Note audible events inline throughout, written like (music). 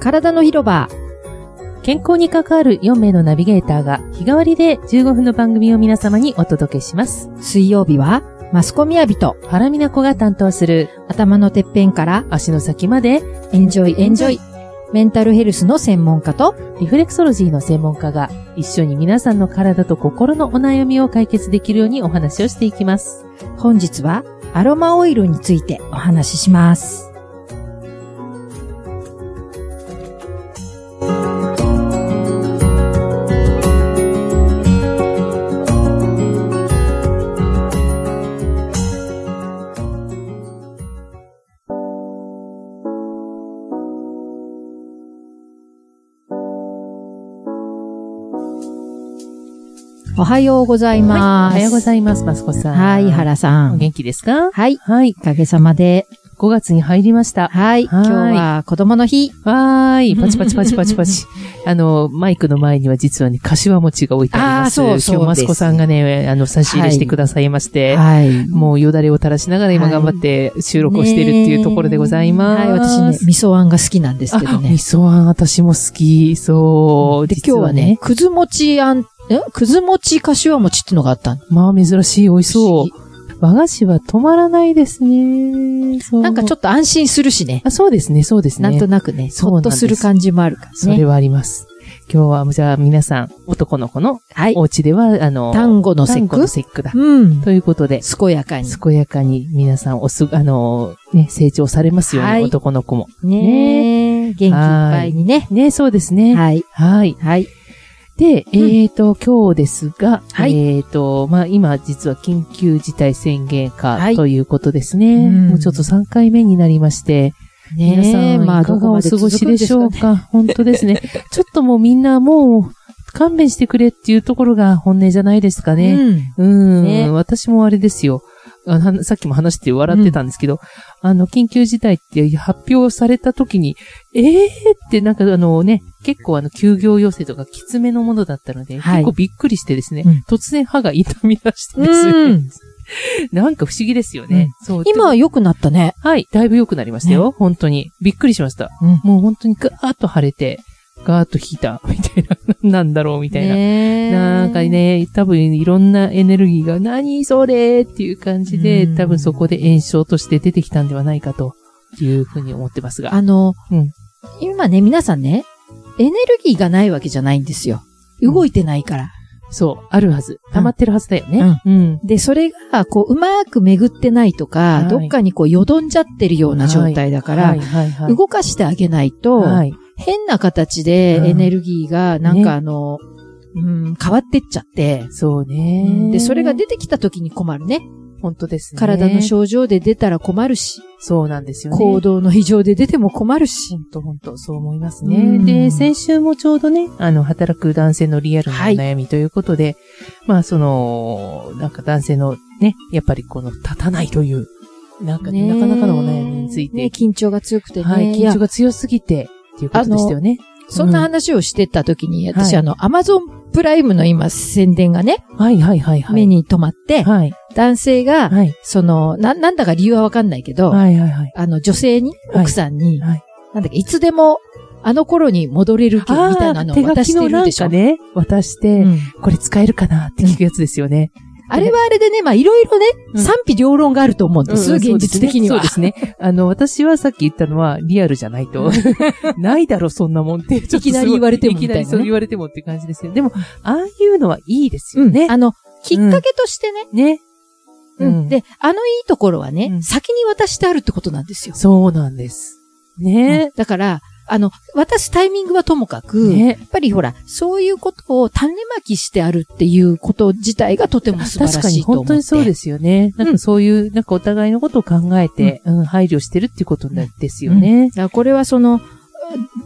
体の広場。健康に関わる4名のナビゲーターが日替わりで15分の番組を皆様にお届けします。水曜日は、マスコミアビと、原美奈子が担当する頭のてっぺんから、足の先までエンジョイエンジョイ。メンタルヘルスの専門家と、リフレクソロジーの専門家が一緒に皆さんの体と心のお悩みを解決できるようにお話をしていきます。本日は、アロマオイルについてお話しします。おはようございます。おはようございいます、マスコさん。はい、原さおん。元気ですかはい、はい。おかげさまで。 5月に入りました。はい、は今い日は子供の日。わ (laughs) ーい。パチパチパチパチパチ。あの、マイクの前には実はね、柏餅が置いてあります。あーそうそう今日マスコさんがね、あの、差し入れしてくださいまして。はい。もうよだれを垂らしながら今頑張って収録をしているっていうところでございます。はい、私ね、味噌あんが好きなんですけどあ、ね味。噌あん私も好き。そう。で、実今日はね、。くず餅あん、えくず餅かしわ餅ってのがあったのまあ珍しい、美味し不思そ議う。和菓子は止まらないですね。そうなんかちょっと安心するしね。あ、そうですね、そうですね。なんとなくね、そうほなっんとですする感じもあるからそれね。はあります。今日は、じゃあ皆さん、男の子のはいお。家では、あの、単語のタ節ンゴの句節句だ。うん。ということで、健やかに。健やかに皆さん、おす、あの、ね、成長されますように、はい男の子も。ねえ元気いっぱいにね。ね、そうですね。はい。はい。はい。で、えっ、と、今日ですが、はいえっ、と、まあ、今、実は緊急事態宣言は下いということですね。うんもうちょっと3回目になりまして、皆さねえん、まあ、いかどこがおまで過続くごんすしかでしょうね。か。本当です (laughs) ね。ちょっともうみんな、もう、勘弁してくれっていうところが本音じゃないですかね。うん。うーん、ね私もあれですよ。あはさっきも話して笑ってたんですけど、あの、緊急事態って発表された時に、ええー、ってなんかあのね、結構あの、休業要請とかきつめのものだったので、はい結構びっくりしてですね、うん突然歯が痛み出してですね、うん (laughs) なんか不思議ですよね。そう今はで良くなったね。はい、だいぶ良くなりましたよ、本当に。びっくりしました。うん。もう本当にガーッと腫れて、ガーッと引いた、みたいな、 (laughs) なんだろう、みたいな。ねなんか。ね、多分いろんなエネルギーが何それっていう感じで、うん多分そこで炎症として出てきたんではないかというふうに思ってますが。あのうん、今ね、皆さんね、エネルギーがないわけじゃないんですよ。動いてないから。そう、あるはず。溜まってるはずだよね。うん。で、それが、こう、うまく巡ってないとはか、いどっかにこう、よどんじゃってるような状態だから、はいはいはい。動かしてあげないと、はい。変な形でうんエネルギーが、なんねかあの、うん、変わってっちゃって、そううねん。で、それが出てきた時に困るね。本当ですね。体の症状で出たら困るし、そうなんですよね。行動の異常で出ても困るし。本当本当そう思いますうね。んで、先週もちょうどね、あの、働く男性のリアルなおはい悩みということで、まあ、その、なんか男性のね、やっぱりこの立たないという、なんかね、ねなかなかのお悩みについて、ね緊張が強くてね。はい、い緊や張が強すぎて、っていうことでしたよね。そんな話をしてた時に、私、はいあの、アマゾンプライムの今、宣伝がね、はいはいはいはい。目に留まって、はい。男性が、はい。その、な、なんだか理由はわかんないけど、はいはいはい。あの、女性に、はい奥さんに、はいなんだっけ、いつでも、あの頃に戻れるけど、みたいなーのを手書渡きしてのるなでんしょ。かね、渡して、うんこれ使えるかなって聞くやつですよね。あれはあれでね、まあ、いろいろね、うん賛否両論があると思うんでうす、ん現実的には。そうですね。そうですねあの、私はさっき言ったのは、リアルじゃない (laughs) と。ないだろ、そんなもんって。ちょっとすごいきなり言われてもいきなみりたいなねそう言われてもって感じですけど。でも、ああいうのはいいですよね。あの、きっかけとしてね、ね。うんで、あのいいところはね、うん先に渡してあるってことなんですよ。そうなんです。ね。だから、あの、渡すタイミングはともかく、やね。っぱりほら、そういうことを種まきしてあるっていうこと自体がとても素晴確らかしにいと思本って。。当にそうですすよね。なんうんかそういう、なんかお互いのことを考えて、うん配慮してるっていうことなんですよね。これはその、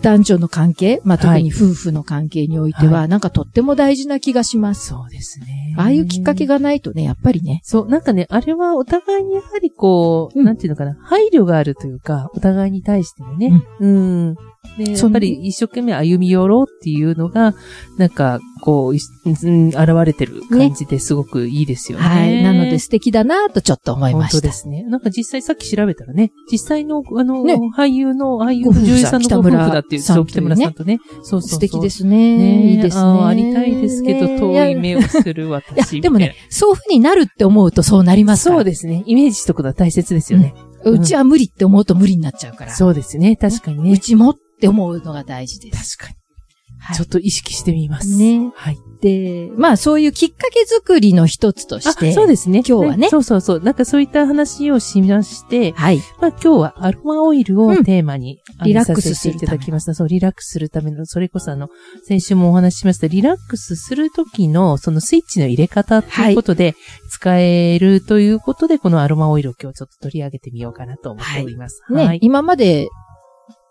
男女の関係、まあ、特はいに夫婦の関係においては、はなんかとっても大事な気がします。そうですね。ああいうきっかけがないとね、やっぱりね。そう、なんかね、あれはお互いにやはりこう、うんなんていうのかな、配慮があるというか、お互いに対してのね、うん、で、やそっんぱり一生懸命歩み寄ろうっていうのが、なんか、こう、いうん現れてる感じですごくいいですよね。はい。なので素敵だなぁとちょっと思いま本当しでた。すね。なんか実際さっき調べたらね、実際の、あの、ね俳優の、ああいうご夫婦女優さんのさんご夫婦だっていう、北村さんそう、北村さんとね。そうそうそう素敵ですすね。いいですね。あーありたいですけど、遠いね目をするいや、私。でもみたいね、そういう風になるって思うとそうなりな、ますから。そうですね。イメージしとくのは大切ですよね。うちは無理って思うと無理になっちゃうから。そうですね。確かにうね。ちもって思うのが大事です。確かに。はいちょっと意識してみます。ねはい。で、まあそういうきっかけ作りの一つとして。そうですね。今日はねそうそうそう。なんかそういった話をしまして、はい。まあ今日はアロマオイルをテーマに、あのリラックさスせていただきました。そう、リラックスするための、それこそあの、先週もお話ししました、リラックスする時の、そのスイッチの入れ方ということで、使えるということで、このアロマオイルを今日ちょっと取り上げてみようかなと思っております。ね、はい今まで、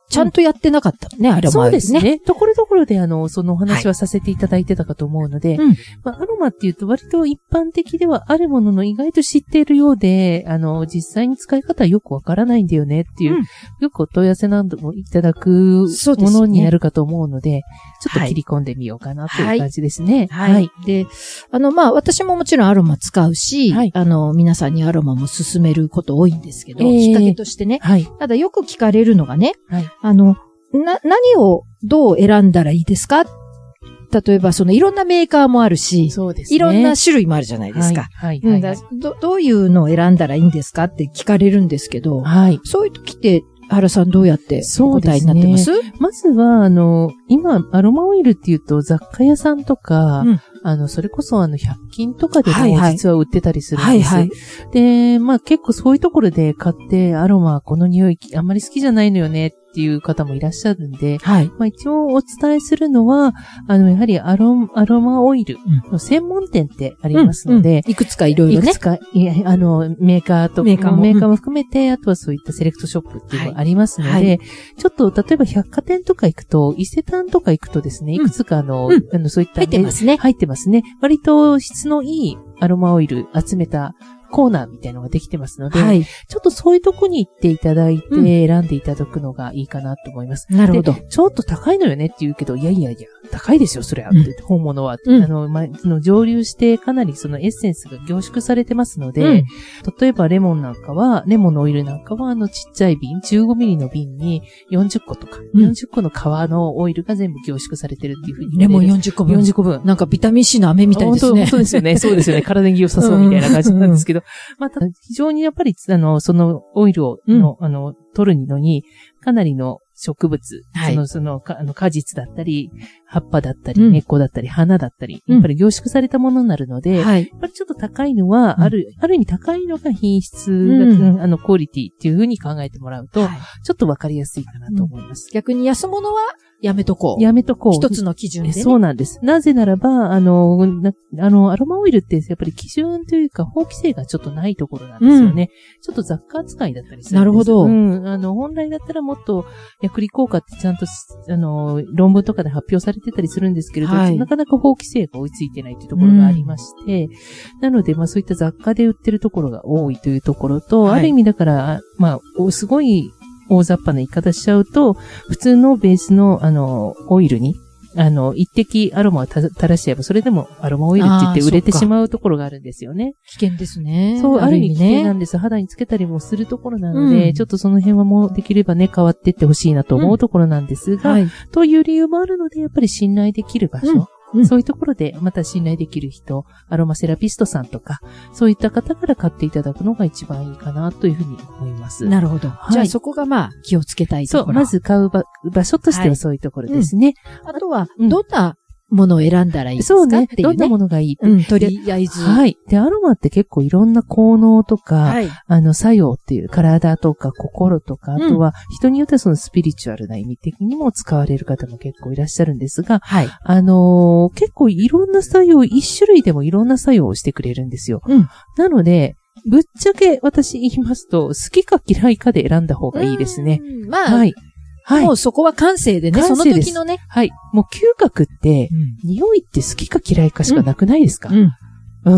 ちゃんとやってなかったのね、あれも。そうです。ね。ところどころで、あの、そのお話はさせていただいてたかと思うので、うんまあ、アロマっていうと割と一般的ではあるものの意外と知っているようで、あの、実際に使い方はよくわからないんだよねっていう、うんよくお問い合わせなどもいただくもそうですねのになるかと思うので、ちょっはとい切り込んでみようかなという感じですね。はい。で、あの、まあ、私ももちろんアロマ使うし、はいあの、皆さんにアロマも勧めること多いんですけど、ええきっかけとしてね。はい。ただよく聞かれるのがね、はいあの、な、何をどう選んだらいいですか例えば、そのいろんなメーカーもあるし、そうですね。いろんな種類もあるじゃないですか。はい。うはんい。だはい。どどういうのを選んだらいいんですかって聞かれるんですけど、はいそういう時って原さんどうやってお答えになってますまずは、あの、今、アロマオイルっていうと、雑貨屋さんとか、うんあの、それこそ、あの、100均とかではいはもい実は売ってたりするんです。はいはいで、まあ結構そういうところで買って、アロマ、この匂い、あんまり好きじゃないのよねっていう方もいらっしゃるんで、はい。まあ一応お伝えするのは、あの、やはりアロアロマオイルの専門店ってありますので、うんうんいくつかいろいろいねくつ。か、いやあの、メーカーとか、メーカーもメーカーも含めて、あとはそういったセレクトショップっていうのがありますので、はいはいちょっと、例えば百貨店とか行くと、伊勢丹とか行くとですね、いくつかあの、うんあのそういった、。入ってますすね。入ってますね。割と質のいいアロマオイル集めたコーナーみたいのができてますので、はい。ちょっとそういうとこに行っていただいて、うん選んでいただくのがいいかなと思います。なるほど。ちょっと高いのよねって言うけど、いやいやいや、高いですよ、そりゃ、うんって本物は。うんあの、ま、その蒸留してかなりそのエッセンスが凝縮されてますので、うん例えばレモンなんかは、レモンのオイルなんかは、あのちっちゃい瓶、15ミリの瓶に40個とか、うん40個の皮のオイルが全部凝縮されてるっていうふうに。レモン40個分。 40個分。なんかビタミン C の飴みたいですあ本当ね。本当ですよね。そうですよね。体に良さそうみたいな感じなんですけど。まあ、ただ非常にやっぱり、あの、そのオイルを、のあの、取るのに、かなりの植物、はいその、その、かあの果実だったり、葉っぱだったり、うん根っこだったり、花だったり、うんやっぱり凝縮されたものになるので、やっはい。ぱりちょっと高いのは、うんある、ある意味高いのが品質が、うんあの、クオリティっていうふうに考えてもらうと、はいちょっとわかりやすいかなと思います。逆に安物はやめとこう。やめとこう。一つの基準でね。そうなんです。なぜならば、あの、なあの、アロマオイルって、やっぱり基準というか、法規制がちょっとないところなんですよね。ちょっと雑貨扱いだったりするんですなるほどうん。あの、本来だったらもっと、薬理効果ってちゃんと、あの、論文とかで発表されてたりするんですけれど、はいなかなか法規制が追いついてないというところがありまして、なので、まあそういった雑貨で売ってるところが多いというところと、はいある意味だから、まあ、おすごい大雑把な言い方しちゃうと、普通のベースの、あの、オイルに、あの、一滴アロマをた垂らしちゃえば、それでもアロマオイルって言ってあー売れてそっかしまうところがあるんですよね。危険ですね。そう、ある意味危険なね。んです。肌につけたりもするところなので、うんちょっとその辺はもうできればね、変わってってほしいなと思うところなんですが、はい。という理由もあるので、やっぱり信頼できる場所。うんうんそういうところで、また信頼できる人、アロマセラピストさんとか、そういった方から買っていただくのが一番いいかなというふうに思います。なるほど。いじゃあそこがまあ気をつけたいそとこう、ろ。まず買う場場所としてははいそういうところですね。あとは、うんどんなものを選んだらいいですそうかっねていどうんなね。ものがいい、うん、とりあえず。はい。で、アロマって結構いろんな効能とか、はい。あの、作用っていう、体とか心とか、あうんとは、人によってはそのスピリチュアルな意味的にも使われる方も結構いらっしゃるんですが、はい。あのー結構いろんな作用、一種類でもいろんな作用をしてくれるんですよ。うんなので、ぶっちゃけ私言いますと、好きか嫌いかで選んだ方がいいですね。うん。まあは、い。はいも。うそこは感性でね、そ感の性です時のね。はい。もう嗅覚って、匂いって好きか嫌いかしかなくないですか、うん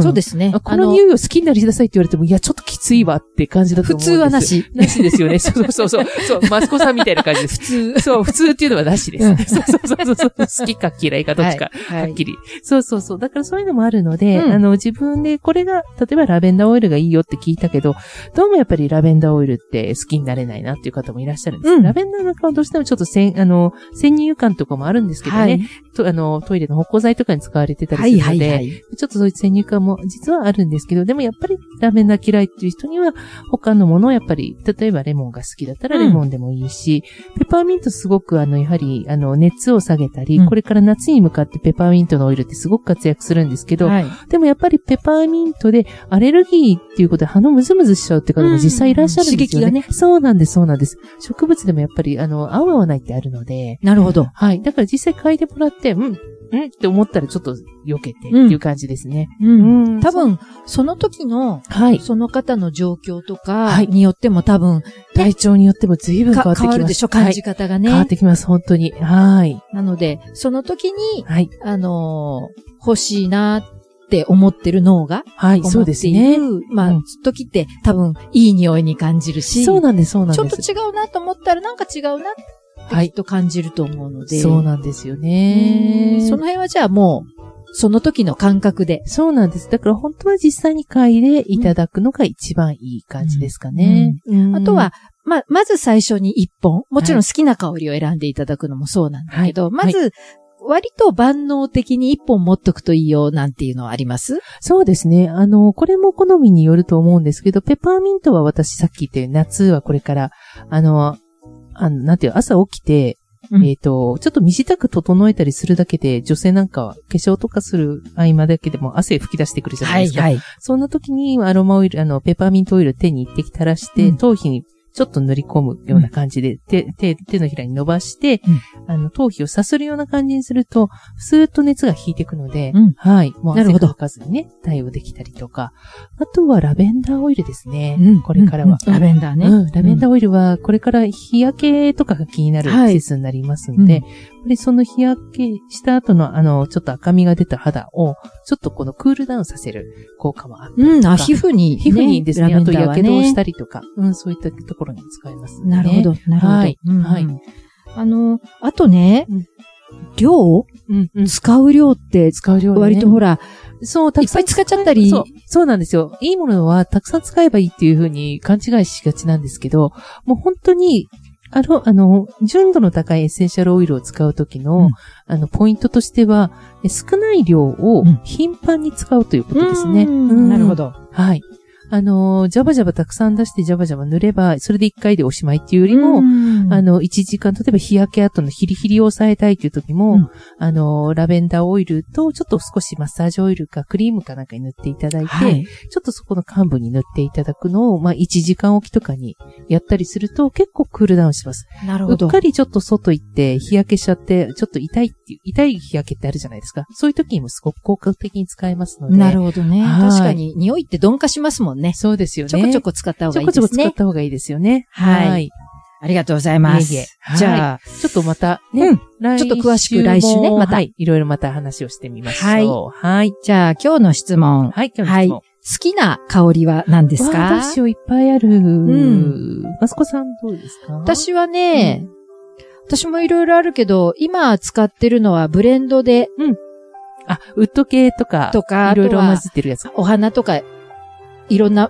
そうですねあ。こあのの、匂いを好きになりなさいって言われても、いや、ちょっときついわって感じだと普思うんです通はな。し。なしですよね。そうそうそう。そう、マスコさんみたいな感じです。普通。 (laughs) そう、普通っていうのはなしです。うんそうそうそうそう。好きか嫌いかどっちか。ははいっ。きり。そうそうそう。だからそういうのもあるので、うんあの、自分で、これが、例えばラベンダーオイルがいいよって聞いたけど、どうもやっぱりラベンダーオイルって好きになれないなっていう方もいらっしゃるんです。うんラベンダーの香りどうしてもちょっとせん、あの、先入感とかもあるんですけどね、はい。とあの、トイレの歩行剤とかに使われてたはりい。するはのい。で、はい。ちょっとそういう先入観も実はあるんですけど、でもやっぱりラーメンが嫌いっていう人には、他のものをやっぱり、例えばレモンが好きだったらうんレモンでもいいし、ペパーミントすごくあの、やはり、あの、熱を下げたり、うんこれから夏に向かってペパーミントのオイルってすごく活躍するんですけど、はいでもやっぱりペパーミントでアレルギーっていうことで鼻ムズムズしちゃうって方も実際いらっしゃるんですよね。うんうん刺激そうなんです、そうなんです。植物でもやっぱり、あの、合う合わないってあるので、なるほど。はい。だから実際嗅いでもらって、うん、うんって思ったらちょっと避けてっていう感じですね。うん。うん多、分、その時の、はい。その方の状況とかはいによっても多分、体調によっても随分変わかってき変ます。わるでしょ、感じ方がはい変わねっ。てきます、本当に。はい。なので、その時に、はい。あのー欲しいなって思ってる脳が、はい、思そうっですているね。、まあ、うん時って多分、いい匂いに感じるし、そうなんです、そうなんちょっでとす。違うなと思ったらなんか違うなってはきっい。と感じると思うので、そうなんですようねん。その辺はじゃあもう、その時の感覚で、そうなんです。だから本当は実際に嗅いでいただくのが一番いい感じですかね。うんあとは、、まあ、まず最初に一本、もちろん好きな香りを選んでいただくのもそうなんだけど、はいまず、割と万能的に一本持っとくといいよなんていうのはありますそうですね。あの、これも好みによると思うんですけど、ペパーミントは私さっき言ったように夏はこれから、あの、あのなんていうの、朝起きて、うんえっ、と、ちょっと短く整えたりするだけで、女性なんかは化粧とかする合間だけでも汗吹き出してくるじゃないですか。い。そんな時にアロマオイル、あの、ペパーミントオイル手に一滴垂らして、うん頭皮にちょっと塗り込むような感じで、手、手、手のひらに伸ばして、あの、頭皮をさするような感じにすると、スーッと熱が引いていくので、うんはい。もうなる汗ほどかかずにね、対応できたりとか。あとはラベンダーオイルですね。うんこれからは。うんラベンダーね。うん、ラベンダーオイルは、これから日焼けとかが気になるはい季節になりますので、うんやっぱりその日焼けした後の、あの、ちょっと赤みが出た肌を、ちょっとこのクールダウンさせる効果もあって、うん、あ、皮膚に、皮膚にですね、ラベあンダとーはやけどをしたね。りとか、うん、そういったところに使えます、なるほ。ど、なるほど。はいうんうんはいあの、あとねうん、量うん、うん。使う量って、使う量ね割とほら、そう、たいくっさぱんい使っちゃったり、そう、そうなんですよ。いいものはたくさん使えばいいっていうふうに勘違いしがちなんですけど、もう本当に、あの、あの、純度の高いエッセンシャルオイルを使う時の、うんあの、ポイントとしては、え少ない量をうん頻繁に使うということですね。うんうんなるほ。ど。はい。あの、ジャバジャバたくさん出してジャバジャバ塗れば、それで一回でおしまいっていうよりも、うんあの、1時間、例えば日焼け後のヒリヒリを抑えたいっていう時も、うんあの、ラベンダーオイルと、ちょっと少しマッサージオイルかクリームかなんかに塗っていただいて、はい。ちょっとそこの幹部に塗っていただくのを、まあ、1時間おきとかにやったりすると、結構クールダウンします。なるうほっど。かりちょっと外行って、日焼けしちゃって、ちょっと痛いっていう、痛い日焼けってあるじゃないですか。そういう時にもすごく効果的に使えますので。なるほどね。はい確かに、匂いって鈍化しますもんね。そうですよね。ちょこちょこ、こ使った方ちがょいいこでちょこす使っね。た方がいいですよね。はいいありがとうございます。いえいえじゃあ、ちょっとまたね、うん来ちょっと詳しく週も来週ねまたはい、いろいろまた話をしてみましょう。はい。じゃあ今日の質問。好はい、今日の質問。きな香りは何ですわあかどうしよう、いっぱいある。んマスコさんどうですか、私はね、私もいろいろあるけど、今使ってるのはブレンドであ、ウッド系とか、とか、いろいろあと混はじってるやつ。お花とか、いろんな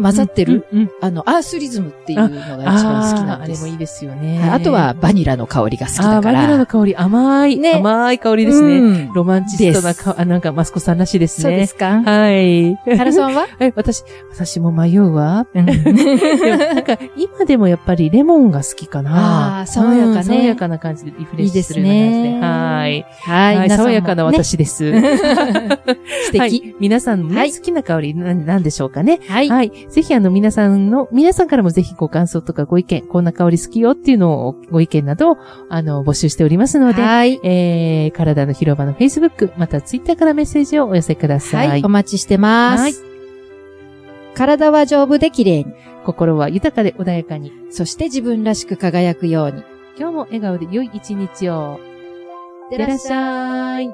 混ざってる、うん。うんあの、アースリズムっていうのが一番好きなんです。あーあれもいいですよはね。いあとは、バニラの香りが好きあだーかバニら。ラの香り、甘い、ね甘い香りですね。うんロマンチストなですか、あ、なんかマスコさんらしいですね。そうですかはい。原さんは (laughs) え、私、私も迷うわ。 (laughs) でもなんうか、今でもやっぱりレモンが好きかな。あー爽やかねうん爽やかな感じでリフレッシュするような感じいいですで。ねはい。は。はいい、爽やかな皆さ私です。んもね。 (laughs) 素は敵。い。皆さんのね、はい好きな香りな、なんでしょうかね。はい。はい。ぜひあの皆さんの、皆さんからもぜひご感想とかご意見、こんな香り好きよっていうのを、ご意見などを、あの、募集しておりますので、はい。えー、体の広場の Facebook、また Twitter からメッセージをお寄せください。はい。お待ちしてます。はい体は丈夫で綺麗に。心は豊かで穏やかに。そして自分らしく輝くように。今日も笑顔で良い一日を。いってらっしゃい。